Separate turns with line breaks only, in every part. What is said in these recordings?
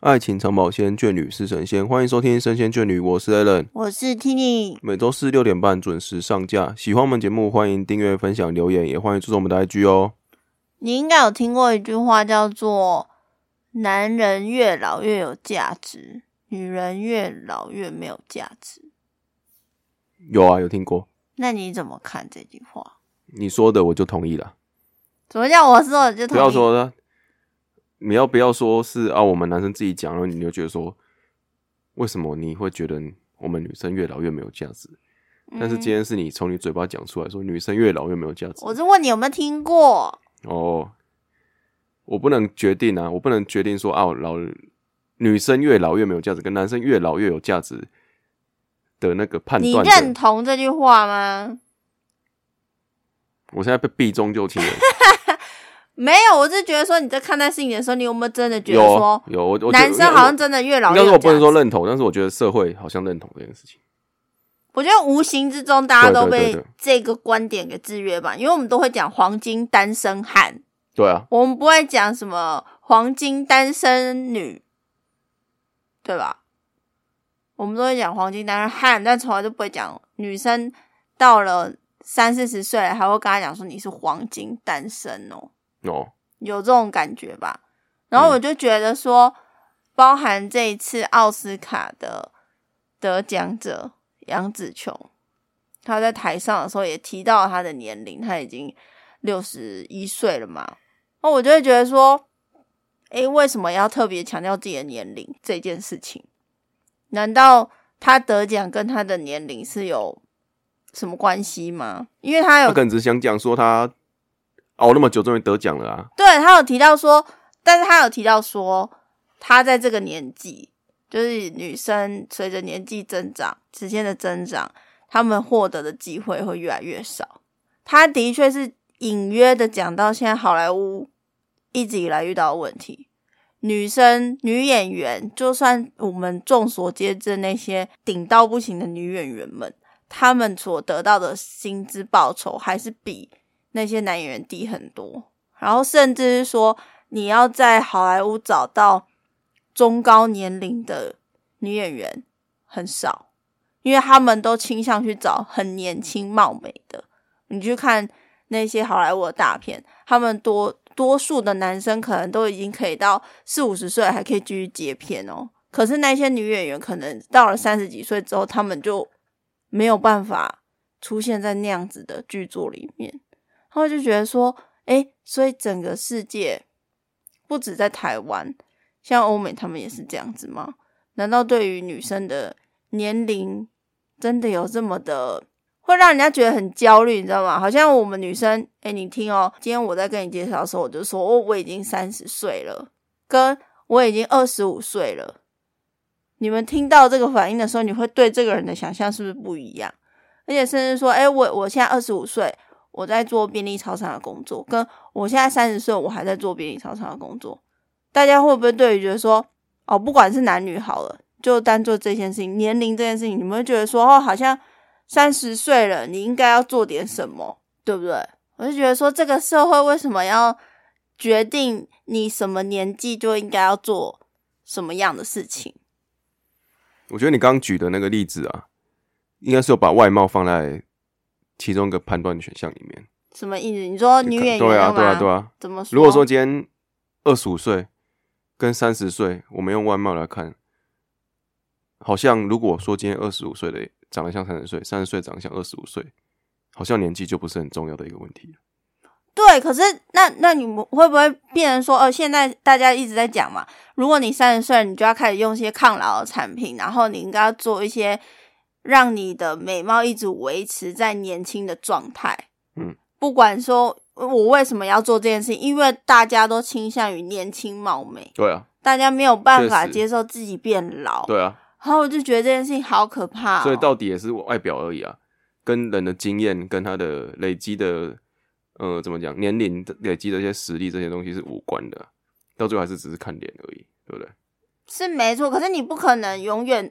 爱情长保鲜，眷侣是神仙。欢迎收听《神仙眷侣》，我是 Allen，
我是 Tini，
每周四六点半准时上架。喜欢我们节目，欢迎订阅、分享、留言，也欢迎注重我们的 IG 哦。
你应该有听过一句话叫做“男人越老越有价值，女人越老越没有价值
有啊，有听过”，
那你怎么看这句话？
你说的，我就同意了。
怎么叫我说我就同
不
意
要说的，你要不要说是啊？我们男生自己讲，然后你就觉得说，为什么你会觉得我们女生越老越没有价值？
嗯
但是今天是你从你嘴巴讲出来说，女生越老越没有价值。
我是问你有没有听过？
哦，我不能决定啊，我不能决定说啊，我老女生越老越没有价值，跟男生越老越有价值的那个判
你
断
认
的。
同这句话吗？
我现在被避中就轻了，
没有，我是觉得说你在看待事情的时候，你有没有真的 觉得
有啊
说
有我我觉得
男生好像真的越老
应
越
该说
有
我
价
不能
值？
说认同，但是我觉得社会好像认同这件事情。
我觉得无形之中大家
对对
都
对
被
对
这个观点给制约吧，因为我们都会讲黄金单身汉。
对啊，
我们不会讲什么黄金单身女，对吧？我们都会讲黄金单身汉，但从来都不会讲女生到了三四十岁了还会跟他讲说你是黄金单身哦，
哦，
有这种感觉吧？然后我就觉得说，包含这一次奥斯卡的得奖者杨紫琼，她在台上的时候也提到她的年龄，她已经六十一岁了嘛。那我就会觉得说，诶，为什么要特别强调自己的年龄这件事情？难道她得奖跟她的年龄是有什么关系吗？因为她有
他可能只是想讲说他熬那么久，终于得奖了啊。
对他有提到说，但是他有提到说，他在这个年纪，就是女生随着年纪增长，时间的增长，她们获得的机会会越来越少。他的确是隐约的讲到，现在好莱坞一直以来遇到的问题。女生、女演员，就算我们众所皆知那些顶到不行的女演员们，她们所得到的薪资报酬还是比那些男演员低很多。然后甚至是说你要在好莱坞找到中高年龄的女演员很少，因为他们都倾向去找很年轻貌美的。你去看那些好莱坞的大片，他们多多数的男生可能都已经可以到四五十岁还可以继续接片哦。可是那些女演员可能到了三十几岁之后，他们就没有办法出现在那样子的剧作里面。然后就觉得说，诶，所以整个世界不止在台湾，像欧美他们也是这样子吗？难道对于女生的年龄真的有这么的会让人家觉得很焦虑，你知道吗？好像我们女生，诶，你听哦，今天我在跟你介绍的时候，我就说哦，我已经三十岁了，跟我已经二十五岁了。你们听到这个反应的时候，你会对这个人的想象是不是不一样？而且甚至说，诶，我我现在二十五岁，我在做便利超商的工作，跟我现在三十岁，我还在做便利超商的工作，大家会不会对于觉得说，哦，不管是男女好了，就单做这件事情，年龄这件事情，你们会觉得说，哦，好像三十岁了，你应该要做点什么，对不对？我就觉得说，这个社会为什么要决定你什么年纪就应该要做什么样的事情？
我觉得你刚刚举的那个例子啊，应该是有把外貌放在其中一个判断选项里面。
什么意思？你说女演员
对啊，
干
对啊，
嘛
对啊。
怎么说？
如果说今天二十五岁跟三十岁，我们用外貌来看，好像如果说今天二十五岁的长得像三十岁，三十岁长得像二十五岁，好像年纪就不是很重要的一个问题。
对，可是那那你们会不会变成说，哦，现在大家一直在讲嘛，如果你三十岁了，你就要开始用一些抗老的产品，然后你应该要做一些让你的美貌一直维持在年轻的状态。
嗯，
不管说我为什么要做这件事情，因为大家都倾向于年轻貌美，
对啊，
大家没有办
确
法
实
接受自己变老。
对啊，
然后我就觉得这件事情好可怕、哦。
所以到底也是外表而已啊，跟人的经验、跟他的累积的，呃，怎么讲，年龄累积的一些实力这些东西是无关的啊、到最后还是只是看脸而已，对不对？
是没错，可是你不可能永远，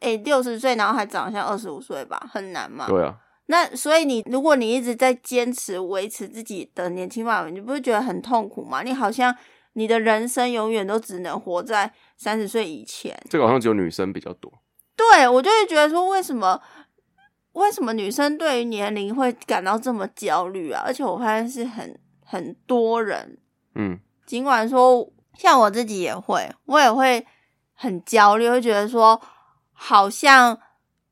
诶六十岁然后还长得像二十五岁吧，很难嘛。
对啊，
那所以你如果你一直在坚持维持自己的年轻貌美，你不会觉得很痛苦吗？你好像你的人生永远都只能活在三十岁以前。
这个好像只有女生比较多。
对我就会觉得说，为什么为什么女生对于年龄会感到这么焦虑啊？而且我发现是很很多人，
嗯，
尽管说像我自己也会，我也会很焦虑，会觉得说好像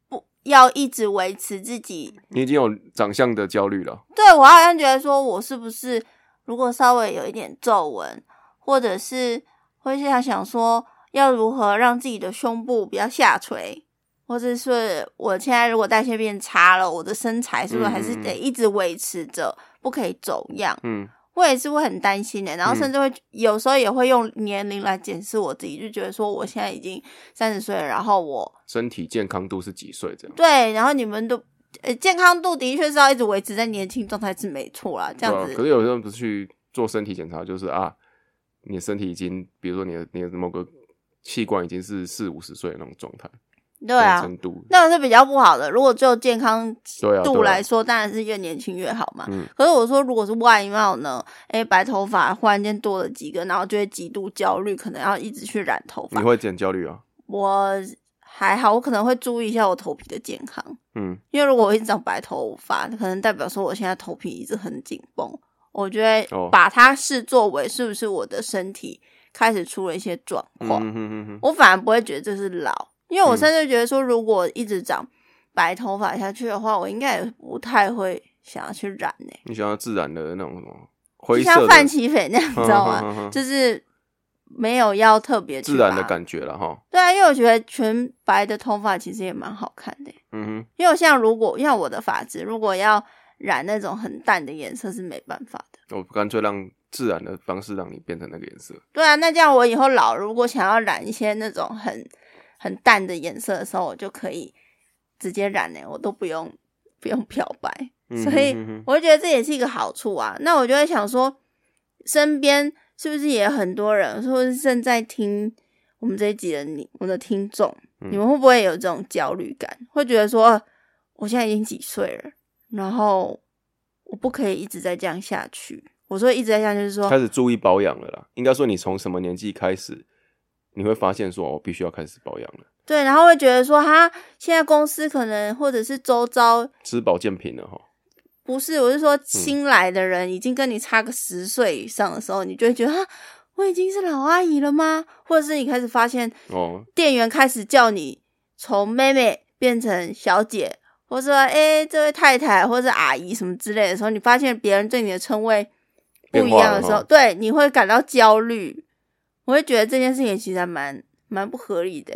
不要一直维持自己
你已经有长相的焦虑了。
对我好像觉得说，我是不是如果稍微有一点皱纹，或者是会想想说，要如何让自己的胸部不要下垂，或者是我现在如果代谢变差了，我的身材是不是还是得一直维持着，不可以走样？
嗯，
我也是会很担心的、然后甚至会有时候也会用年龄来检视我自己，就觉得说我现在已经三十岁了，然后我
身体健康度是几岁这样？
对，然后你们都。呃，健康度的确是要一直维持在年轻状态是没错啦，这样
对
子
啊。可是有些人不是去做身体检查，就是啊，你的身体已经，比如说你的你的某个器官已经是四五十岁的那种状态，
对啊
那种，程度，
那个是比较不好的。如果就健康
对啊，
度
对啊
来说，当然是越年轻越好嘛。
嗯
可是我说，如果是外貌呢？诶，白头发忽然间多了几根，然后就会极度焦虑，可能要一直去染头
你
发。
会减焦虑啊，
我还好，我可能会注意一下我头皮的健康，
嗯，
因为如果我一直长白头发，可能代表说我现在头皮一直很紧绷。我就会
哦
把它视作为是不是我的身体开始出了一些状
嗯
况。
哼哼哼
我反而不会觉得这是老，因为我
嗯
甚至觉得说，如果一直长白头发下去的话，我应该也不太会想要去染呢、
你想要自然的那种什么
就
灰色
像
的，
范奇斐那样，你知道
嗯
吗？
哼 哼哼
就是没有要特别去
自然的
把
感觉了哈，
对啊，因为我觉得全白的头发其实也蛮好看的、
嗯
因为像如果像我的发质，如果要染那种很淡的颜色是没办法的。
哼，我干脆让自然的方式让你变成那个颜色，
对啊，那这样我以后老如果想要染一些那种很很淡的颜色的时候，我就可以直接染呢、我都不用不用漂白，
嗯
所以
哼哼哼
我就觉得这也是一个好处啊。那我就会想说，身边是不是也有很多人，或者是正在听我们这一集的你，我们的听众，
嗯
你们会不会有这种焦虑感？会觉得说，呃我现在已经几岁了，然后我不可以一直在这样下去。我说一直在下去，就是说
开始注意保养了啦，应该说你从什么年纪开始，你会发现说我、哦必须要开始保养了，
对，然后会觉得说，哈，现在公司可能或者是周遭
吃保健品了哈，
不是，我是说新来的人已经跟你差个十岁以上的时候，你就会觉得，哈，我已经是老阿姨了吗？或者是你开始发现
哦，
店员开始叫你从妹妹变成小姐，或者说，哎，这位太太或者是阿姨什么之类的时候，你发现别人对你的称谓不一样的时
变化
候，
了哈
对，你会感到焦虑。我会觉得这件事情其实还蛮蛮不合理的，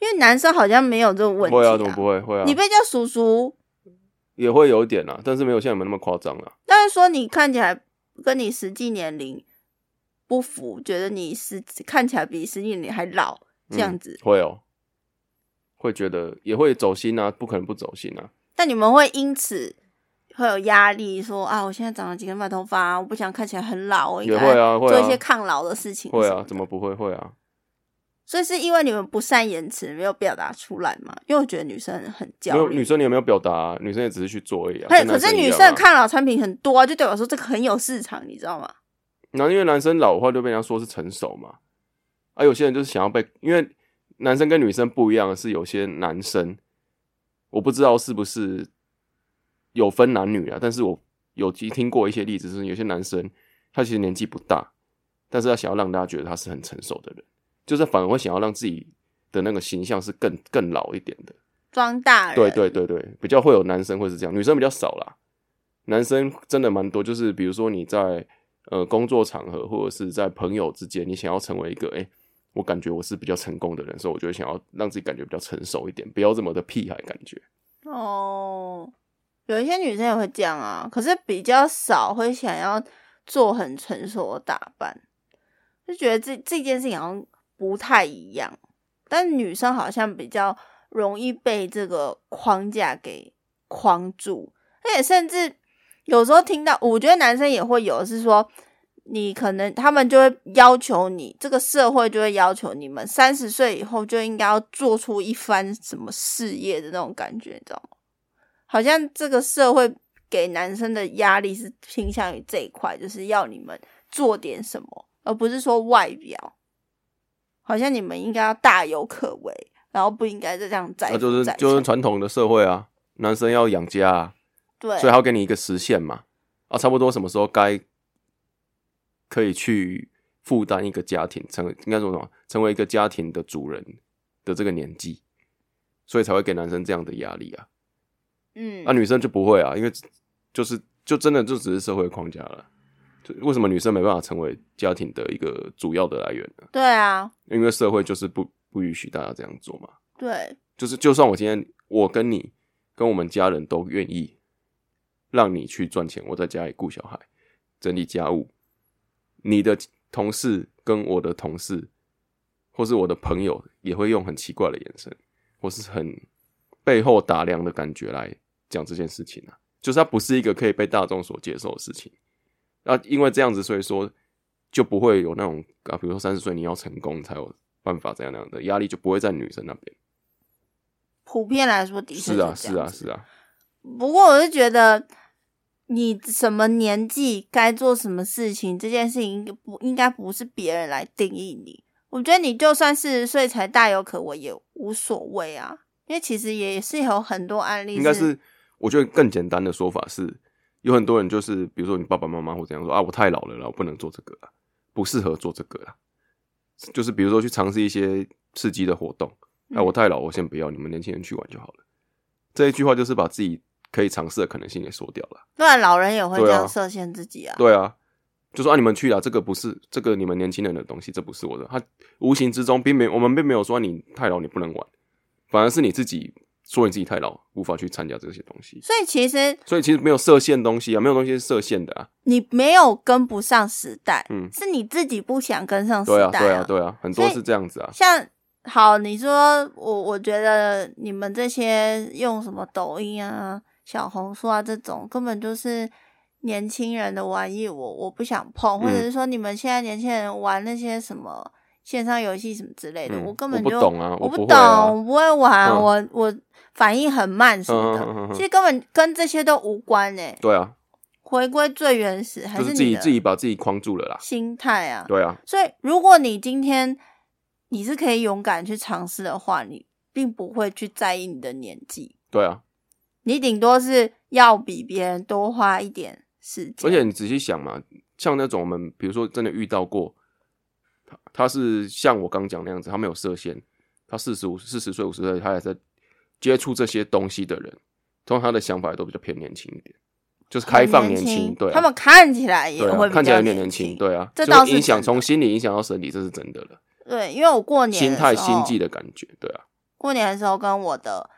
因为男生好像没有这种问题、
会啊，怎么不会？会啊，
你被叫叔叔，
也会有一点啊啦，但是没有像你们那么夸张啊啦。
但是说你看起来跟你实际年龄不符，觉得你实看起来比实际年龄还老，这样
嗯
子。
会哦，会觉得也会走心啊，不可能不走心啊。
但你们会因此会有压力说啊，我现在长了几根白头发，我不想看起来很老，我应
也
该
会啊会啊
做一些抗老的事情。
会啊，怎么？不会？会啊，
所以是因为你们不善言辞，没有表达出来嘛？因为我觉得女生很
没
焦
有
虑
女。生你有没有表达啊、女生也只是去做而已啊。
嘿
跟
可
男
是
一
女
样
生的
啊，
抗老产品很多啊，就对我说这个很有市场，你知道吗？
那因为男生老的话就被人家说是成熟嘛，啊，有些人就是想要被，因为男生跟女生不一样的是，有些男生我不知道是不是有分男女啊，但是我有听过一些例子，是有些男生他其实年纪不大，但是他想要让大家觉得他是很成熟的人，就是反而会想要让自己的那个形象是更更老一点的。
装大人。
对对对对，比较会有男生会是这样，女生比较少啦。男生真的蛮多，就是比如说你在呃工作场合或者是在朋友之间，你想要成为一个哎、诶我感觉我是比较成功的人，所以我就会想要让自己感觉比较成熟一点，不要这么的屁孩感觉。
哦，有一些女生也会这样啊，可是比较少会想要做很成熟的打扮，就觉得这这件事情好像不太一样。但女生好像比较容易被这个框架给框住，而且甚至有时候听到，我觉得男生也会有，是说你可能他们就会要求你，这个社会就会要求你们三十岁以后就应该要做出一番什么事业的那种感觉，你知道吗？好像这个社会给男生的压力是倾向于这一块，就是要你们做点什么，而不是说外表。好像你们应该要大有可为，然后不应该再这样再
那啊就是就是传统的社会啊，男生要养家啊，
对，
所以他要给你一个时限嘛，啊，差不多什么时候该可以去负担一个家庭，成为应该说什么，成为一个家庭的主人的这个年纪，所以才会给男生这样的压力啊，
嗯
啊，女生就不会啊，因为就是就真的就只是社会框架了。就为什么女生没办法成为家庭的一个主要的来源呢？
对啊，
因为社会就是不不允许大家这样做嘛。
对，
就是就算我今天我跟你跟我们家人都愿意让你去赚钱，我在家里顾小孩、整理家务，你的同事跟我的同事，或是我的朋友，也会用很奇怪的眼神，或是很背后打量的感觉来讲这件事情啊。就是它不是一个可以被大众所接受的事情。那、因为这样子，所以说就不会有那种啊，比如说三十岁你要成功才有办法怎样那样的压力，就不会在女生那边。
普遍来说的确
是啊，
这
是
样
啊，
子
是啊，
不过我是觉得，你什么年纪该做什么事情，这件事情应该不应该不是别人来定义你。我觉得你就算四十岁才大有可为也无所谓啊，因为其实也是有很多案例
应该是我觉得更简单的说法是，有很多人就是比如说你爸爸妈妈或怎样说啊，我太老了啦，我不能做这个啦，不适合做这个啦，就是比如说去尝试一些刺激的活动，啊，
嗯
我太老，我先不要，你们年轻人去玩就好了。这一句话就是把自己可以尝试的可能性给缩掉了。
对啊老人也会这
对啊
样设限自己啊。
对啊，就说啊，你们去啊，这个不是这个你们年轻人的东西，这不是我的。他无形之中并没我们并没有说你太老你不能玩，反而是你自己说你自己太老，无法去参加这些东西。
所以其实
所以其实没有设限东西啊，没有东西是设限的啊。
你没有跟不上时代，
嗯
是你自己不想跟上时
对啊，
代、
对啊，对啊，很多
所以
是这样子啊。
像好，你说我我觉得你们这些用什么抖音啊、小红书啊这种，根本就是年轻人的玩意，我我不想碰，或者
嗯
是说你们现在年轻人玩那些什么线上游戏什么之类的，
嗯
我根本
我
就
不懂啊
我
我
不
不会
懂，
啊
我不会玩，
嗯
我我反应很慢什么
嗯
的，
嗯嗯嗯嗯
其实根本跟这些都无关诶、
对啊，
回归最原始还
就是自
你
己
的
自己把自己框住了啦。
心态啊，
对啊，
所以，如果你今天你是可以勇敢去尝试的话，你并不会去在意你的年纪，
对啊。
你顶多是要比别人多花一点时
而
间。
且，你仔细想嘛，像那种我们比如说真的遇到过，他他是像我刚讲那样子，他没有设限，他四十五、四十岁、五十岁，他还在接触这些东西的人，通常他的想法也都比较偏年轻一点，就是开放
很哦年
轻，对啊、
他们看起来也
对啊
会比较
看起来有点
年
年
轻，
轻，对啊，
这
所以
倒是
影响
真的
从心理影响到生理，这是真的了，
对，因为我过年哦
心
的
态、
时
心
候
计的感觉，对啊，
过年的时候跟我的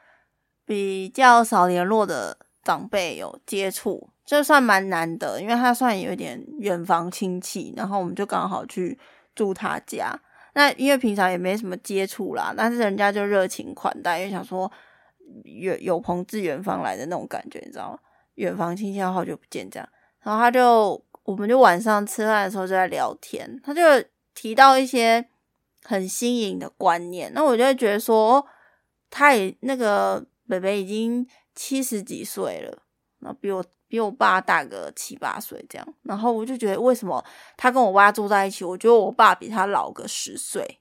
比较少联络的长辈有接触，这算蛮难得，因为他算有点远房亲戚，然后我们就刚好去住他家。那因为平常也没什么接触啦，但是人家就热情款待，因为想说有有朋自远方来的那种感觉，你知道吗？远房亲戚好久不见这样，然后他就我们就晚上吃饭的时候就在聊天，他就提到一些很新颖的观念，那我就会觉得说，哦他也那个北北已经七十几岁了，那比我比我爸大个七八岁这样，然后我就觉得为什么他跟我爸住在一起，我觉得我爸比他老个十岁，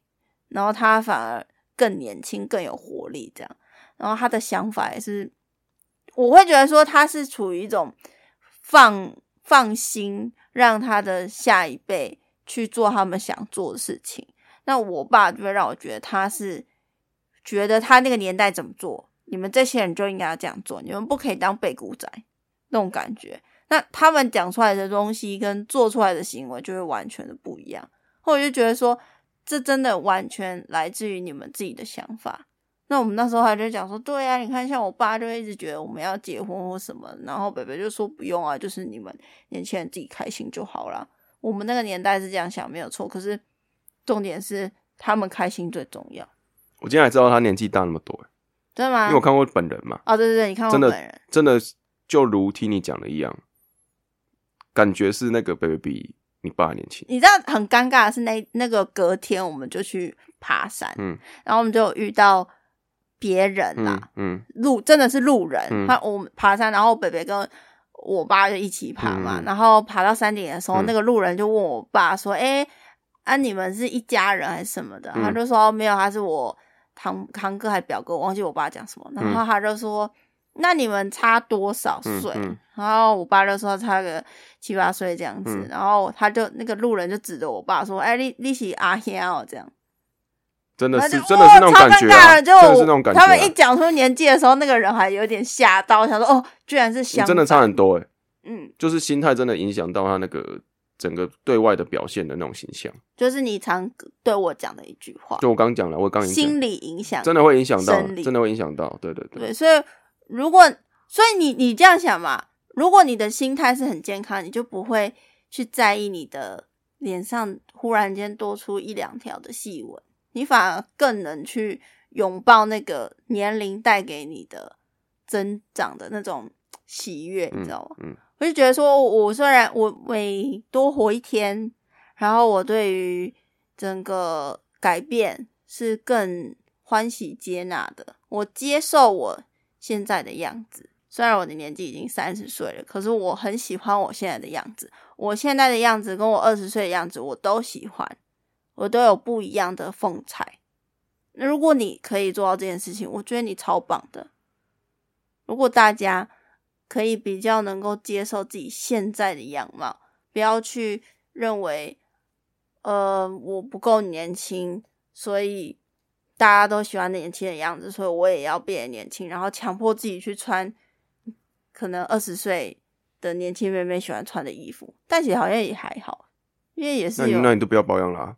然后他反而更年轻、更有活力这样，然后他的想法也是，我会觉得说他是处于一种放放心，让他的下一辈去做他们想做的事情。那我爸就会让我觉得他是觉得他那个年代怎么做，你们这些人就应该要这样做，你们不可以当背骨仔那种感觉。那他们讲出来的东西跟做出来的行为就会完全的不一样，或者就觉得说这真的完全来自于你们自己的想法。那我们那时候还在讲说，对啊，你看像我爸就会一直觉得我们要结婚或什么，然后北北就说不用啊，就是你们年轻人自己开心就好啦。我们那个年代是这样想，没有错。可是重点是他们开心最重要，
我今天才知道他年纪大那么多、欸
真的吗？
因为我看过本人嘛，
哦，对对对，你看我
真
本
的
人，
真的就如听你讲的一样，感觉是那个 baby 比你爸年轻。
你知道很尴尬的是那那个隔天我们就去爬山，
嗯
然后我们就有遇到别人啦、
嗯嗯
路真的是路人，
嗯
他我们爬山，然后北北跟我爸就一起爬嘛，
嗯嗯
然后爬到山顶的时候，
嗯
那个路人就问我爸说：“哎、啊，你们是一家人还是什么的？
嗯
他就说没有，他是我堂堂哥还表哥，我忘记我爸讲什么。然后他就说，那你们差多少岁？
嗯嗯嗯
然后我爸就说差个七八岁这样子。
嗯
然后他就那个路人就指着我爸说：“哎、你你是阿兄哦，这样。”
真的
然后
是
就
真的是那种
哇超
感
尴
觉、
尬
啊，
的
真
就
的是那种感觉、啊。
他们一讲出年纪的时候，那个人还有点吓到，想说哦，居然是
你
乡
真的差
长
很多哎、
嗯，
就是心态真的影响到他那个整个对外的表现的那种形象。
就是你常对我讲的一句话，
就我刚讲了，我刚已经
心
讲
理影响
真的会影响到
生，理
真的会影响到，对对
对，
对，
所以如果所以你你这样想嘛，如果你的心态是很健康，你就不会去在意你的脸上忽然间多出一两条的细纹，你反而更能去拥抱那个年龄带给你的增长的那种喜悦，你知道吗？
嗯，
我就觉得说，我虽然我每多活一天，然后我对于整个改变是更欢喜接纳的，我接受我现在的样子。虽然我的年纪已经三十岁了，可是我很喜欢我现在的样子。我现在的样子跟我二十岁的样子，我都喜欢，我都有不一样的风采。那如果你可以做到这件事情，我觉得你超棒的。如果大家可以比较能够接受自己现在的样貌，不要去认为，呃，我不够年轻，所以大家都喜欢年轻的样子，所以我也要变得年轻，然后强迫自己去穿可能二十岁的年轻妹妹喜欢穿的衣服，但其实好像也还好，因为也
那
是哦
你
有
那你都不要保养了、啊，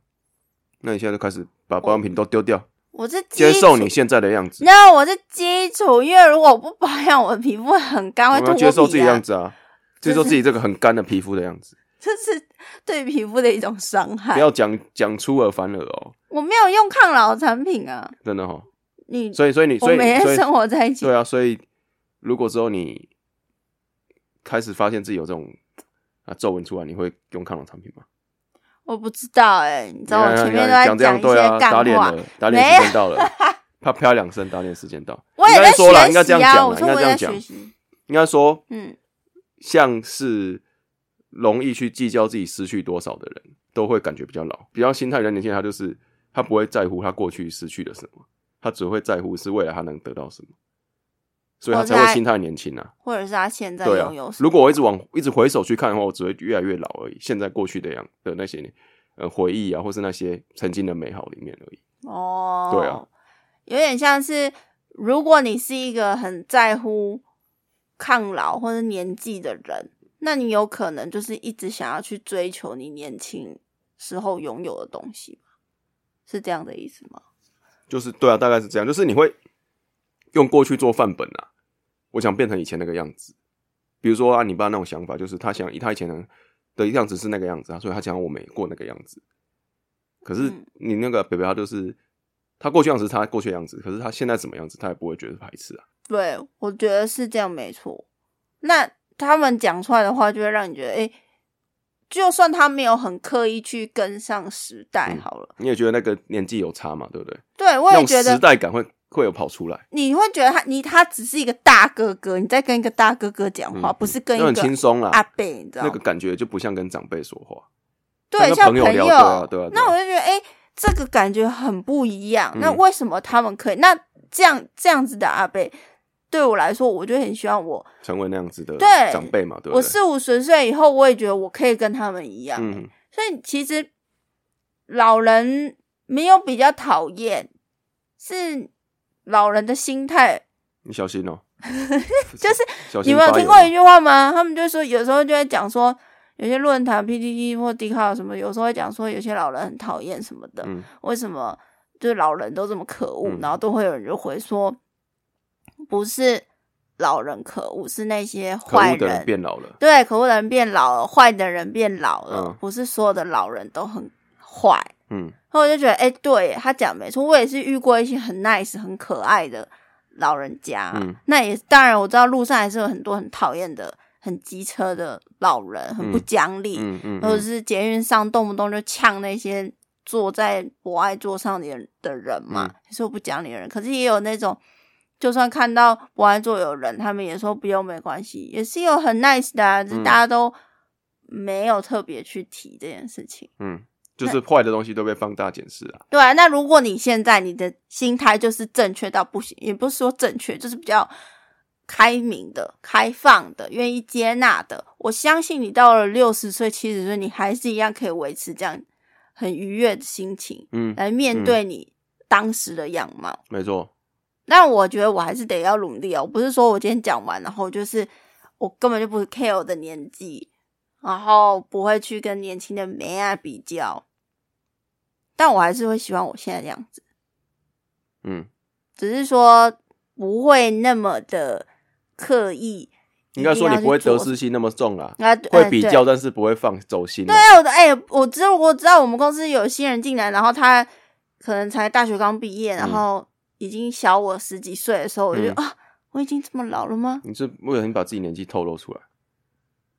那你现在就开始把保养品都丢掉，
我是
接
基
受
础
你现在的样子，
那我是基础，因为如果我不保养，我的皮肤会很干，
我
会
们
脱
要
皮、啊。
接受自己的样子啊，接
就是
受自己这个很干的皮肤的样子，
这是对皮肤的一种伤害。
不要讲讲出尔反尔哦，
我没有用抗老产品啊，
真的哦。
你
所以所以你
我
所以
每
所
天
以
生活在一起
对，啊，所以如果之后你开始发现自己有这种啊皱纹出来，你会用抗老产品吗？
我不知道哎、你知道我
你看
前面
你看
都
这样对
在一
啊，
些
打
干
脸
话，
了，打脸时间到 了，啪啪两声，打脸时间到。
我也
应
在
该说啦，应该这样
学习啊，
讲
我
啦，应
说
该
我
这
也在
样
学
讲，
习，
应该说
嗯，
像是容易去计较自己失去多少的人，都会感觉比较老，比较心态比较年轻，他就是他不会在乎他过去失去了什么，他只会在乎是未来他能得到什么，所以他
我
才会
在
心态年轻啊。
或者是他现在
对啊
拥有，什么、
如果我一直往一直回首去看的话，我只会越来越老而已。现在过去的样的那些呃回忆啊，或是那些曾经的美好里面而已。
哦，
对啊，
有点像是如果你是一个很在乎抗老或者年纪的人，那你有可能就是一直想要去追求你年轻时候拥有的东西吧是这样的意思吗？
就是对啊，大概是这样，就是你会用过去做范本啊。我想变成以前那个样子，比如说啊，你爸那种想法，就是他想以他以前的的样子是那个样子啊，所以他想要我没过那个样子。可是
嗯
你那个北北他就是他过去样子，他过去的样子，可是他现在怎么样子，他也不会觉得排斥啊。
对，我觉得是这样没错。那他们讲出来的话，就会让你觉得，哎、就算他没有很刻意去跟上时代，
嗯
好了，
你也觉得那个年纪有差嘛，对不对？
对我
那种
也觉
时
得
代感会会有跑出来，
你会觉得他你他只是一个大哥哥，你在跟一个大哥哥讲话，
嗯
不是跟
就
一
很轻
个
松啦。
阿伯，你知道
那
吗？
个感觉就不像跟长辈说话。
对，
跟
像
朋友聊对啊对啊对啊
那我就觉得，哎、这个感觉很不一样。那
嗯
为什么他们可以？那这样这样子的阿伯，对我来说，我就很希望我
成为那样子的
对
长辈嘛，对不对？
我四五十岁以后，我也觉得我可以跟他们一样。
嗯，
所以其实老人没有比较讨厌，是老人的心态。
你小心哦、
就是
小心
你们有
发
听
言
过一句话吗？他们就说，有时候就会讲说，有些论坛、PPT 或 d 卡什么，有时候会讲说，有些老人很讨厌什么的，
嗯
为什么就是老人都这么可恶？
嗯
然后都会有人就回说，不是老人可恶，是那些
可
坏
恶的人变老了，
对，可恶的人变老了，坏的人变老了，
嗯
不是所有的老人都很坏。
嗯，
然后我就觉得，哎、对耶他讲没错，我也是遇过一些很 nice、很可爱的老人家。
嗯
那也当然，我知道路上还是有很多很讨厌的、很机车的老人，很不
嗯
讲理，
嗯嗯，嗯
或者是捷运上动不动就呛那些坐在博爱座上的人的人嘛，
嗯
说不讲理的人。可是也有那种，就算看到博爱座有人，他们也说不用没关系，也是有很 nice 的、啊，只是
嗯
大家都没有特别去提这件事情。
嗯，就是坏的东西都被放大检视啊。
对啊，那如果你现在你的心态就是正确到不行，也不是说正确，就是比较开明的、开放的、愿意接纳的，我相信你到了六十岁、七十岁，你还是一样可以维持这样很愉悦的心情
嗯，
来面对你当时的样貌。
没错，
但我觉得我还是得要努力哦，不是说我今天讲完，然后就是我根本就不 care 我的年纪，然后不会去跟年轻的妹啊比较，但我还是会喜欢我现在这样子，
嗯，
只是说不会那么的刻意。
应该说你不会得
一定要去做
失心那么重啦，
啊，
会比较，
哎对
但是不会放走心啊啦。
哎，我的哎、我知道，我知道我们公司有新人进来，然后他可能才大学刚毕业，然
嗯
后已经小我十几岁的时候，我就觉得、
嗯
啊，我已经这么老了吗？
你是不小心把自己年纪透露出来。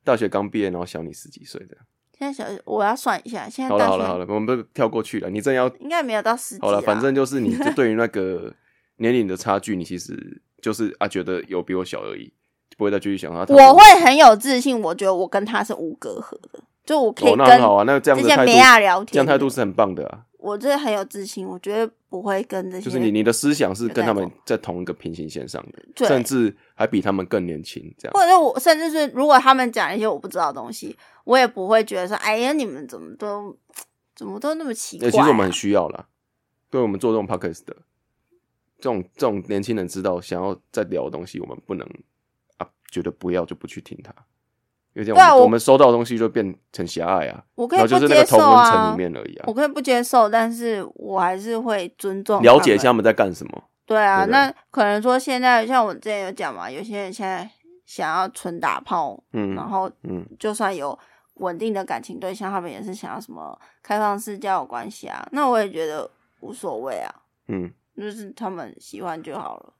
大学刚毕业，然后小你十几岁的。
现在小，我要算一下，现在
好了
大
好了好
学
了，我们不跳过去了。你真要
应该没有到十几
好了，
啦
反正就是你就对于那 个年龄的差距，你其实就是啊觉得有比我小而已，就不会再继续想他。哦
我会很有自信，我觉得我跟他是无隔阂的，就我可以
哦，那
跟
很好啊，那这样
这
的
些
态度
梅，亚聊
这样
天，
态度是很棒的啊。
我这很有自信，我觉得不会跟这些，
就是你你的思想是
有
跟
在
他们在同一个平行线上的，
对
甚至还比他们更年轻，这样
或者是我甚至是如果他们讲一些我不知道的东西，我也不会觉得说，哎呀，你们怎么都怎么都那么奇怪、
欸
啊。
其实我们很需要啦，对我们做这种 podcast 的这种这种年轻人知道想要再聊的东西，我们不能啊，觉得不要就不去听它，因为这样我
对啊
们,、
我
我们收到的东西就变很狭隘啊，
我可
然
以
后就
不
是那个
接受
同温层
啊
里，面而已啊
我，可以不接受，但是我还是会尊重，
了解一下他们在干什么，
对啊，
对不对
那可能说现在像我之前有讲嘛，有些人现在想要纯打炮，
嗯
然后
嗯
就算有稳定的感情对象，他们也是想要什么开放式交友关系啊。那我也觉得无所谓啊，
嗯，
就是他们喜欢就好了，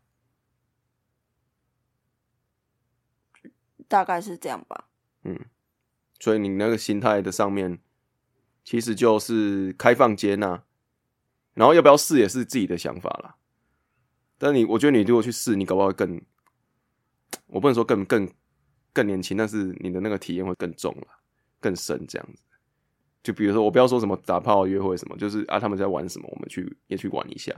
大概是这样吧。
所以你那个心态的上面，其实就是开放接纳，然后要不要试也是自己的想法啦。但你我觉得你如果去试，你搞不好会更，我不能说更更更年轻，但是你的那个体验会更重了，更深这样子。就比如说，我不要说什么打炮约会什么，就是啊他们在玩什么，我们去也去玩一下，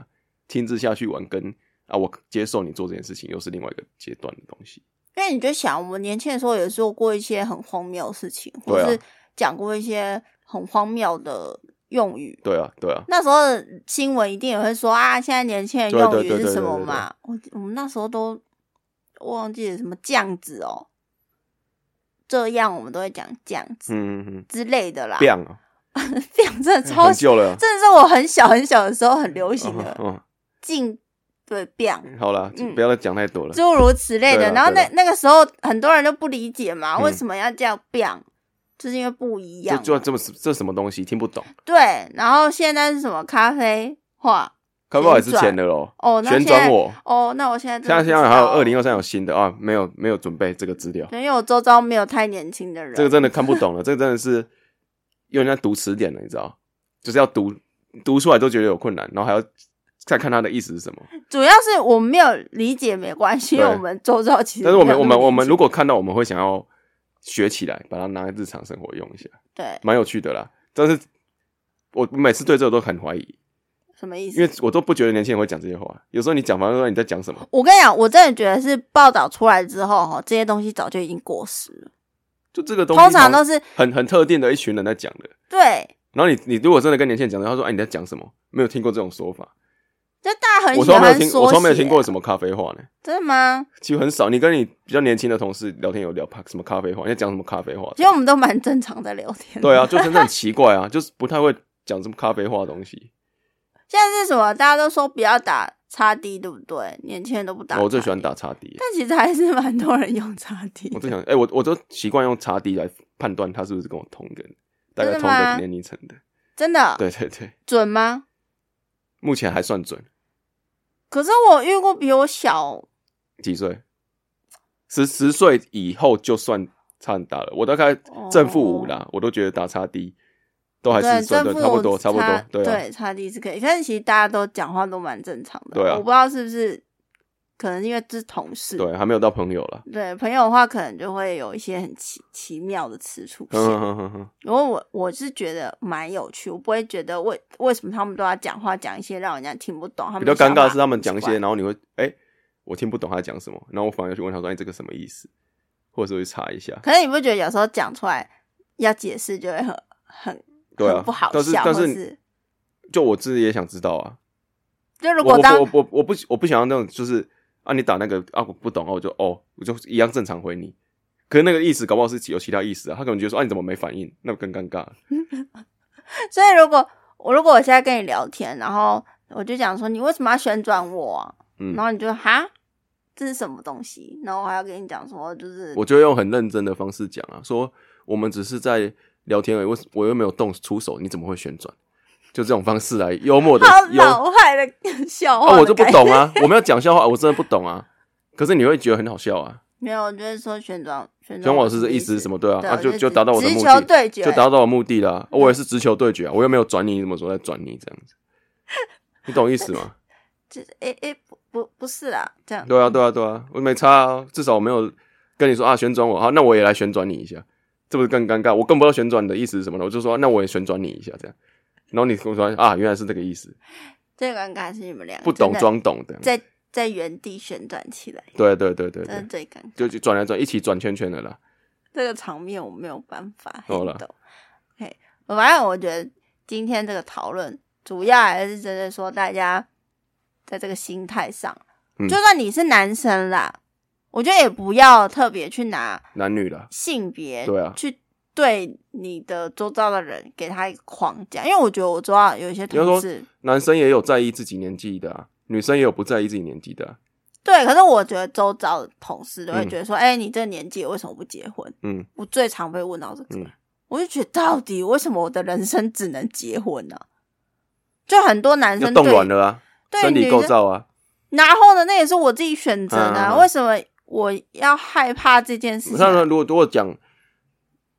亲自下去玩跟啊我接受你做这件事情又是另外一个阶段的东西。
因为你就想，我们年轻的时候也做过一些很荒谬的事情，或
对啊
是讲过一些很荒谬的用语，
对啊，对啊，
那时候的新闻一定也会说啊，现在年轻人
对
用
对
语
对
是
对
什
对
么
对
嘛？我我们那时候都忘记了什么酱子哦，这样我们都会讲酱子
嗯嗯嗯，
之类的啦。
b 啊，
这样真的超
很，旧了啊，
真的是我很小很小的时候很流行 的
嗯，
进对 b
嗯好啦，
嗯
不要再讲太多了。
诸如此类
对
的。
啦
然后
对
那
啦
那个时候很多人都不理解嘛，
嗯
为什么要叫 b 就是因为不一样
就
嘛。
就这么这什么东西听不懂，
对，然后现在是什么咖啡话？
开不好也是钱的喽。
哦，那
旋
现在
转我，
哦，那我现在真
现
的
在
不
现在还
知
有
道
二零，二三有新的啊，没有没有准备这个资料，
对因为我周遭没有太年轻的人，
这个真的看不懂了，这个真的是有人在读词典了，你知道，就是要读读出来都觉得有困难，然后还要再看它的意思是什么。
主要是我们没有理解没关系，因为
对
我们周遭其实
但是我们
没有
我
那么
们我们
年轻
如果看到，我们会想要学起来，把它拿来日常生活用一下，
对
蛮有趣的啦。但是我每次对这个都很怀疑，
什么意
因为
思？
我都不觉得年轻人会讲这些话。有时候你讲完了，你在讲什么？
我跟你讲，我真的觉得是报道出来之后，哈，这些东西早就已经过时了。
就这个东西
通
好像，
常都是
很很特定的一群人在讲的。
对，
然后你你如果真的跟年轻人讲，他说：“哎，你在讲什么？没有听过这种说法。
就大家”很
我
喜
从来没有
欢
听，
缩
我从来没有
写啊
听过什么咖啡话呢，
真的吗？
几乎很少。你跟你比较年轻的同事聊天有聊咖什么咖啡话？你在讲什么咖啡话？
其实我们都蛮正常在聊天。
对，啊，就真的很奇怪啊，就是不太会讲什么咖啡话的东西。
现在是什么？大家都说不要打叉 D，对不对？年轻人都不 打，
哦我最喜欢，打叉 D，啊
但其实还是蛮多人用叉 D
我
的。
最想哎，我我都习惯用叉 D 来判断他是不是跟我同一个人，大概
真的
同一
吗
个年龄层的。
真的
对对对，
准吗？
目前还算准。
可是我遇过比我小，
几岁？十十岁以后就算差很大了。我大概正负五啦，我都觉得打差低，都还
哦对
是算对，
正负
差不多，差不多，
对
对啊，
差低是可以，但是其实大家都讲话都蛮正常的，
对啊
我不知道是不是可能因为这是同事，
对，还没有到朋友了。
对朋友的话，可能就会有一些很奇奇妙的词出现。
嗯哼哼哼，
然后我我是觉得蛮有趣，我不会觉得为为什么他们都要讲话讲一些让人家听不懂，他 们
比较尴尬的是他们
们
讲一些，然后你会哎、我听不懂他讲什么，然后我反而去问他说，哎、这个什么意思？或者是我去查一下。
可是你不觉得有时候讲出来要解释就会很很
对啊
很不好
但是
笑，
但
或
是
是
就我自己也想知道啊，
就如
我
果
我
当
我我我不我不想要那种就是啊，你打那个啊我不懂啊，我就哦我就一样正常回你。可是那个意思搞不好是有其他意思啊，他可能觉得说啊你怎么没反应，那更尴尬了。
嗯所以如果我如果我现在跟你聊天，然后我就讲说你为什么要旋转我、啊，
嗯
然后你就哈这是什么东西，然后我还要跟你讲说就是
我就会用很认真的方式讲啊，说我们只是在聊天而已，我我又没有动出手，你怎么会旋转？就这种方式来幽默的
好
幽
老派的 笑话、
啊，我就不懂，啊，我们要讲笑话，我真的不懂啊。可是你会觉得很好笑啊，
没有，我就是说旋转旋
全
转，
老师的意思是什
么？
么？对啊，
嗯对
啊
我
就
就
就达到我的
直
目
球
的，
对嗯决
就达到我的目的啦。我也是直球对决啊，我又没有转你，怎么说在转你这样子？ 你懂意思吗？
就是诶诶、不不不是啦，这样
对啊，对啊，对啊，我没差啊，至少我没有跟你说啊旋转我，好，那我也来旋转你一下，这不是更尴尬？我更不知道旋转你的意思是什么了，我就说那我也旋转你一下这样，然后你跟我说啊原来是这个意思，
最尴尬是你们两个
不懂
真的
装懂的，
在在原地旋转起来，
对对对对
真的
对，
最尴尬。
就就转来转一起转圈圈的啦，
这个场面我没有办法
好啦
handle。OK，反正我觉得今天这个讨论主要还是真的说大家在这个心态上，
嗯
就算你是男生啦，我觉得也不要特别去拿
男女啦，
性别
对啊
去对你的周遭的人给他一个框架，因为我觉得我周遭有一些
比如说
同事。
男生也有在意自己年纪的、啊，女生也有不在意自己年纪的啊、
对，可是我觉得周遭的同事都会
嗯
觉得说：“哎、你这个年纪为什么不结婚？”
嗯，
我最常被问到这个，
嗯
我就觉得到底为什么我的人生只能结婚呢、就很多男
就
生对
冻卵了啊，
对
身体
女
构
生
造啊，
然后呢，那也是我自己选择的啊、
嗯嗯嗯
为什么我要害怕这件事情
那
啊？
如果如果讲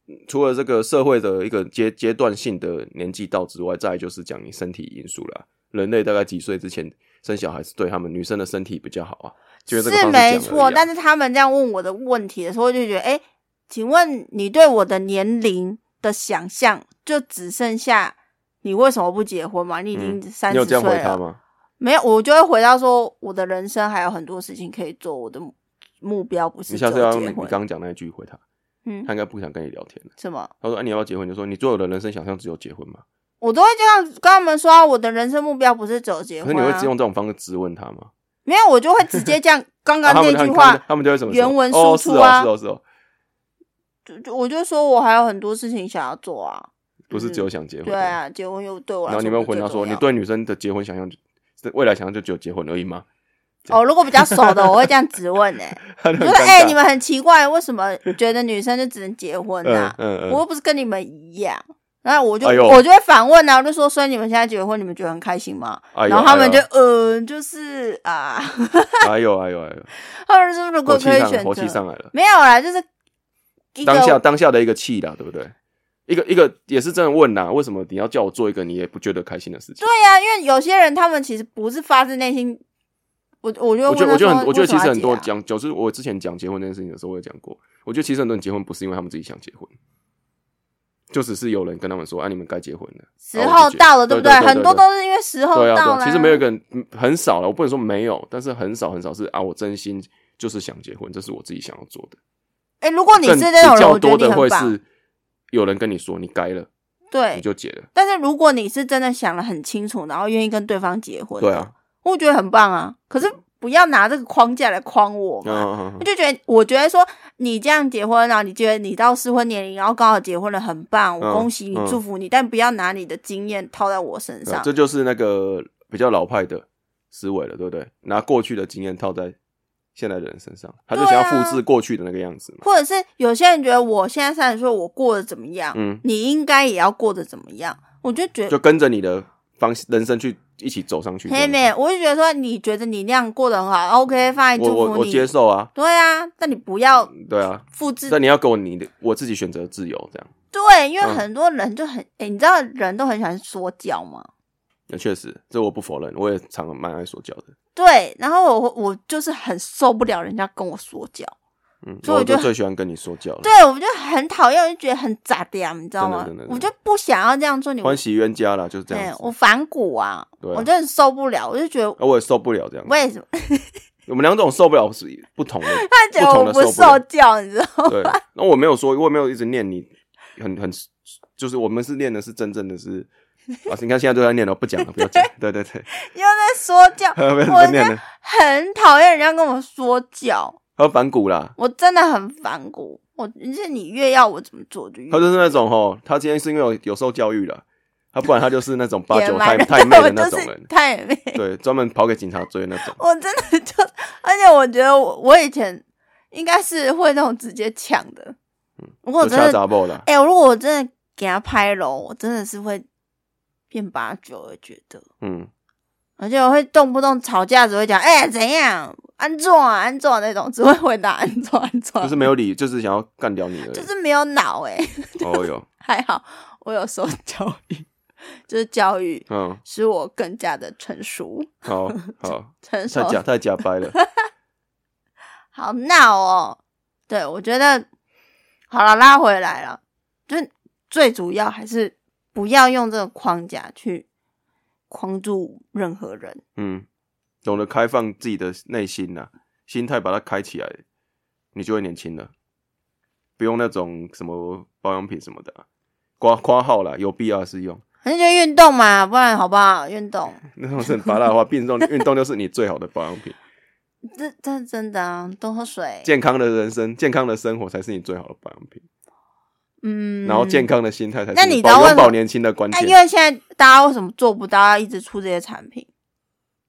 嗯除了这个社会的一个阶阶段性的年纪到之外，再来就是讲你身体因素啦。人类大概几岁之前生小孩是对他们女生的身体比较好啊，就是这个
是
方式讲
没
而
错，
已啊
但是他们这样问我的问题的时候，我就觉得，哎、请问你对我的年龄的想象就只剩下你为什么不结婚嘛？你已经三
嗯你
十
有
岁
这样回他
了，
吗？
没有，我就会回到说，我的人生还有很多事情可以做，我的目目标不是
你下次
只有
要用你
结
你
婚
刚。刚讲那一句回他，
嗯
他，应该不想跟你聊天了。
什么？
他说：“哎、你要不要结婚？”你就说：“你对我的人生想象只有结婚吗
我都会这样跟他们说啊、我的人生目标不是走？”结
可
婚、
是
啊，
你会用这种方式质问他吗？
没有，我就会直接 这样。刚
啊
刚
他们
那
他
句
们
话，
他们就会什么说
原文
哦
输出啊
是哦是哦是哦，
就就我就说我还有很多事情想要做啊。
不是只有想结婚。
对啊，结婚又对我来
然后
说不
你
是最重要，
们回答说：“你对女生的结婚想象就，未来想象就只有结婚而已吗
哦，如果比较熟的，我会这样质问呢、欸。？”
他就
我
很
说
尴：“
哎、
尬
你们很奇怪，为什么觉得女生就只能结婚
嗯
啊？
嗯嗯，
我又不是跟你们一样。”然后我就、
哎呦
我就会反问啊，我就说：“所以你们现在结婚，你们觉得很开心吗？”
哎呦
然后他们就
哎
嗯、呃就是啊，
哎呦哎呦哎呦，
他们说如
火
果
气
可以
上来
选
火气
择，
上来了，
没有啦，就是一个
当下当下的一个气啦，对不对？一个一个也是这样问呐，为什么你要叫我做一个你也不觉得开心的事情？
对呀、因为有些人他们其实不是发自内心，我啊我就
我觉得我觉得很我觉得其实很多
讲，
讲，就是我之前讲结婚这件事情的时候，我也讲过，我觉得其实很多人结婚不是因为他们自己想结婚。就只是有人跟他们说，啊，你们该结婚了。
时候到了，
对
不
对对对
很多
对
都是因为时候
对啊，
到
对
了、
啊，其实没有一个人嗯很少了，我不能说没有，但是很少很少是啊，我真心就是想结婚，这是我自己想要做的。
哎、如果你
更
是那种
比
人，
较
我觉
多
得
的
你
会
很棒，
是有人跟你说你该了，你
对。
就结了。
但是如果你是真的想的很清楚，然后愿意跟对方结婚，
对啊，，
我觉得很棒啊。可是不要拿这个框架来框我
嗯
嘛。
嗯嗯
我
嗯
就觉得，我觉得说你这样结婚，然啊后你觉得你到适婚年龄，然后刚好结婚了，很棒，我
嗯
恭喜你，
嗯
祝福你。但不要拿你的经验套在我身
对啊
上，
这就是那个比较老派的思维了，对不对？拿过去的经验套在现在的人身上，他就
对
想
啊
要复制过去的那个样子嘛。
或者是有些人觉得我现在三十岁，我过得怎么样，
嗯，
你应该也要过得怎么样。我就觉
就
得，
跟着你的方人生去一起走上去。
嘿妹，我就觉得说，你觉得你那样过得很好，OK，放在
嗯
祝
我
福
我
你。
我接受啊，
对啊，但你不要
对啊，
复制。
但你要给我你的我自己选择的自由，这样
对，因为
嗯
很多人就很，哎、你知道人都很喜欢说教吗？
那确实，这我不否认，我也常蛮爱说教的。
对，然后我我就是很受不了人家跟我说教，
嗯，
所以我
我
就
就最喜欢跟你说教了。
对我就很讨厌，我就觉得很咋的呀，你知道吗
真的真的？真的
我就不想要这样做你，
欢喜冤家啦，就是这
对
样子。
我反骨啊，
对啊
我就很受不了，我就觉得
啊，我也受不了这样子。
为 什么
我们两种受不了是不同 的。
他觉得我
不同的受不
受
了
教，你知道吗？
对，那我没有说，我也没有一直念你，很很，就是我们是念的是真正的是，啊，你看现在都在念了，不讲了，不要 讲。对对 对，
又在说 教，
不要
我
不念了，
很讨厌人家跟我说教，
还有反骨啦。
我真的很反骨。我就是你越要我怎么做我就越
他就是那种吼，他今天是因为有有受教育了，他不然他就是那种八
野
九太
蛮人
太妹的
我
那
就
种
是
人，
太妹。
对，专门跑给警察追那种。
我真的就，而且我觉得我我以前应该是会那种直接抢的。如 果我
嗯就
真
掐
的，
杂报啦，
哎、如果我真的给他拍楼，我真的是会变八九，我觉得，
嗯，
而且我会动不动吵架，只会讲哎、怎样安坐啊安坐啊那种，只会回答安坐安坐啊，
就是没有理，就是想要干掉你而
就
已。
是没有脑哎、
哦哟，
还好我有受教育， 就是教育
嗯，
使我更加的成熟，
好 好，
成熟
太假太假掰 了。
好闹哦。对，我觉得好了，拉回来了，就是最主要还是不要用这个框架去框住任何人。
嗯，懂得开放自己的内心呐、心态把它开起来，你就会年轻了。不用那种什么保养品什么的、啊，挂挂号啦，有必要是用。
反正就运动嘛，不然好不好？运动，
那种是很拔辣的话，运动运动就是你最好的保养 品。
这这真的啊，多喝水。
健康的人生，健康的生活才是你最好的保养品。
嗯，
然后健。康的心态才
那
是
你
你
知道
保
为
永
什么
保年轻的关
那因
键。
为现在大家为什么做不到，要一直出这些产品？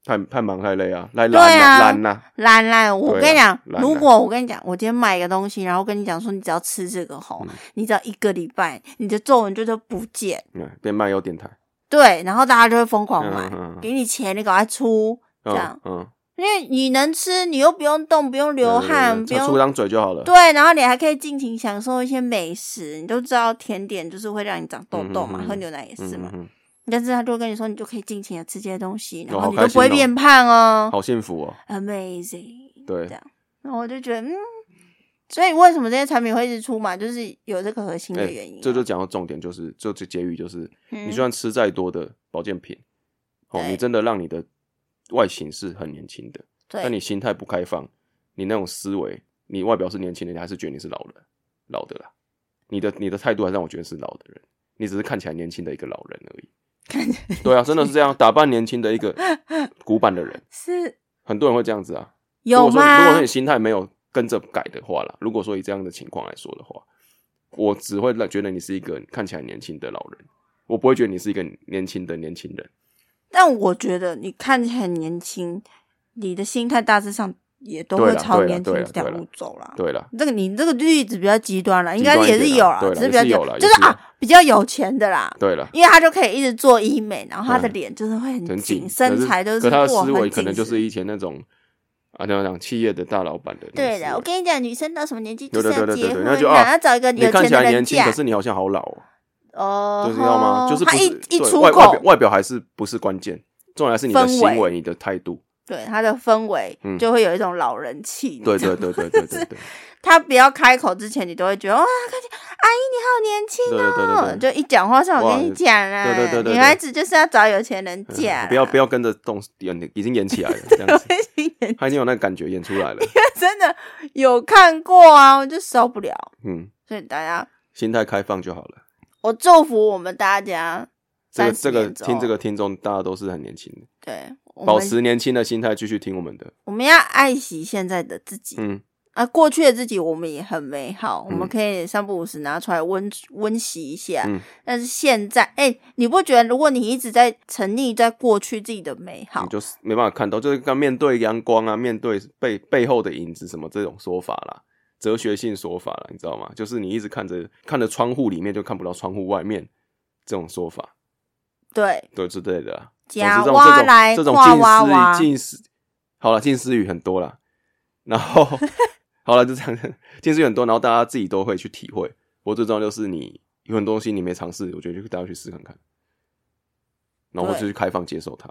太太忙太累啊，来
对
懒
啊
啊懒呐、
懒懒，
对
我
啊
跟你讲，
懒啊
如果我跟你讲，我今天买一个东西，然后跟你讲说，你只要吃这个吼，你只要一个礼拜，你的皱纹就都不见。
嗯，变卖有点台，
对，然后大家就会疯狂
嗯
买，
嗯嗯
给你钱，你赶快出，这
嗯
样
嗯，
因为你能吃，你又不用动，不用流汗，不
对对对出
用
张嘴就好了。
对，然后你还可以尽情享受一些美食。你都知道甜点就是会让你长痘痘嘛，
嗯嗯嗯
喝牛奶也是嘛。
嗯
但是他就跟你说，你就可以尽情的吃这些东西，然
哦
后
好
你
开
都不会
心哦
变胖
嗯，
哦
好幸福哦。
，amazing。
对
这，样，然后我就觉得，嗯，所以为什么这些产品会一直出嘛，就是有这个核心的
哎
原因啊、
这就讲到重点，就是这就结语就是，
嗯
你虽然吃再多的保健品，哦，
对
你真的让你的外形是很年轻的，
嗯对
但你心态不开放，你那种思维，你外表是年轻的，你还是觉得你是老人，老的啦。你的你的态度还让我觉得是老的人，你只是看起来年轻的一个老人而已。对啊，真的是这样，打扮年轻的一个古板的人，
是
很多人会这样子啊。
有
如果说你如果
吗
说你？心态没有跟着改的话啦，如果说以这样的情况来说的话，我只会让觉得你是一个看起来年轻的老人，我不会觉得你是一个年轻的年轻人。
但我觉得你看起来很年轻，你的心态大致上也都
对
会
啦
朝
对啦
年轻
对
这
啦
条
对啦
路走啦。
对啦，
这个你这个例子比较极端了，应
极
该
端一
也是
点啦
有啦，
对啦
只
也
是比较
是
极
有
端
啦
就
也
是
是有
啊，比较有钱的啦，
对啦，
因为他就可以一直做医美，然后他的
嗯
脸就是会
很紧，
紧，身材
可
都
是可他的
过
思
很
维
紧
可能就
实
是以前那种啊，怎么讲企业的大老板的那种
对的，
思维
我跟你讲，女生到什么年纪就
对
是
对
要
对对
结
对对
婚
那就
啦，
啊
要找一个
你
有
看
钱
起来
的
年
人
轻，
嫁
可。是你好像好老哦，
哦，
就是知道吗？就是不
他
是
一一
对
出
外外
口
表，外表还是不是关键，重要还是你的
氛围
行为、你的态度。
对他的氛围
嗯
就会有一种老人气。
对
你知道
对
吗
对对对对 对。
他不要开口之前，你都会觉得哇，看起来阿姨你好年轻哦。
对对对对对
就一讲话上，我跟你讲啊，
哇对对对对对
女孩子就是要找有钱人嫁、
嗯不要不
要，
要跟着动，演已经演起来了，这样子，他已经有那个感觉演出 来了。
真的有看过啊，我就受不了。
嗯，
所以大家，
心态开放就好了。
我祝福我们大家。
这个
30
这个
年之后
听这个听众，大家都是很年轻的，
对，我
保
们
持年轻的心态，继续听我们的。
我们要爱惜现在的自己，
嗯，
啊，过去的自己我们也很美好，我们
嗯
可以三不五时拿出来温温习一下。
嗯
但是现在，哎、你不觉得如果你一直在沉溺在过去自己的美好
你，就是没办法看到，就是刚面对阳光啊，面对背背后的影子什么这种说法啦，哲学性说法啦，你知道吗？就是你一直看着看着窗户里面，就看不到窗户外面这种说法，
对，
对之类的啊啦。总之
假
这种
挖来
这种
跨挖
这
挖
种，近似语、近似，好了，近似语很多啦。然 后好了，就这样，近似语很多，然后大家自己都会去体会。不过最重要就是你有很多东西你没尝试，我觉得就大家去试看看，然后
对
就去开放接受它。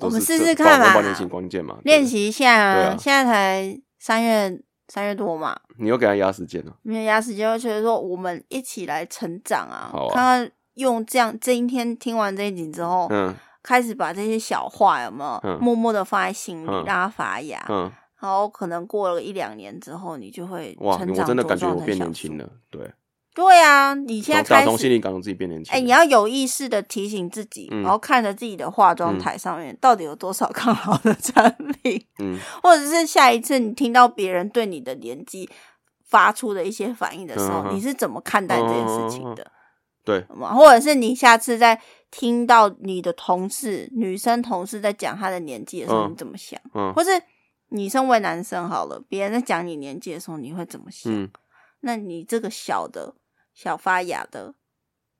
都
我们试
这啊
试看
把
嘛
把年薪关键嘛，对
练。习一下
对
啊
啊！
现在才三月三月多嘛，
你又给他压时间了，
没有压时间，就觉得说我们一起来成长啊！
好啊
看看用这样，今天听完这一集之后，
嗯
开始把这些小话有没有、
嗯
默默的放在心里，
嗯
让它发芽。
嗯，
然后可能过了一两年之后，你就会
哇，
成
我
长
真的
茁
感觉
壮
我
成
变
小
年
树
轻。了，对，
对啊，你现在
从打
开
从心
始，
里感到自己变年轻
哎、
了。
你要有意识的提醒自己，
嗯
然后看着自己的化妆
嗯
台上面、到底有多少抗老的产品，
嗯，
或者是下一次你听到别人对你的年纪发出的一些反应的时候，
嗯嗯嗯嗯
你是怎么看待这件事情的？
对，
好吗或者是你下次在听到你的同事、女生同事在讲她的年纪的时候，
嗯
你怎么想？
嗯
或是你身为男生好了，别人在讲你年纪的时候，你会怎么想？
嗯，
那你这个小的、小发芽的，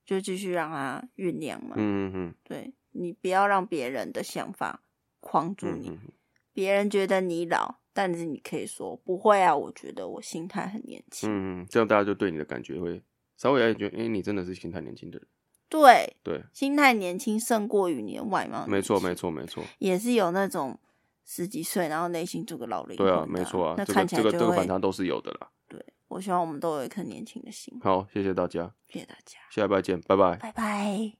就继续让它酝酿嘛。
嗯嗯
对你不要让别人的想法框住
嗯
你，
嗯嗯，
别人觉得你老，但是你可以说不会啊，我觉得我心态很年轻。
嗯嗯，这样大家就对你的感觉会稍微有点觉得，哎，你真的是心态年轻的人，
对，
对，
心态年轻胜过于你的外貌。
没错没，错没错，
也是有那种十几岁然后内心住个老龄
对
魂
啊
的
没错啊
那，
这
看
个
起
这
来
个
就
这个
会
反差都是有的啦。
对。我希望我们都有一颗年轻的心。
好，谢谢大家，
谢谢大家，
下礼拜见，拜拜。
拜拜。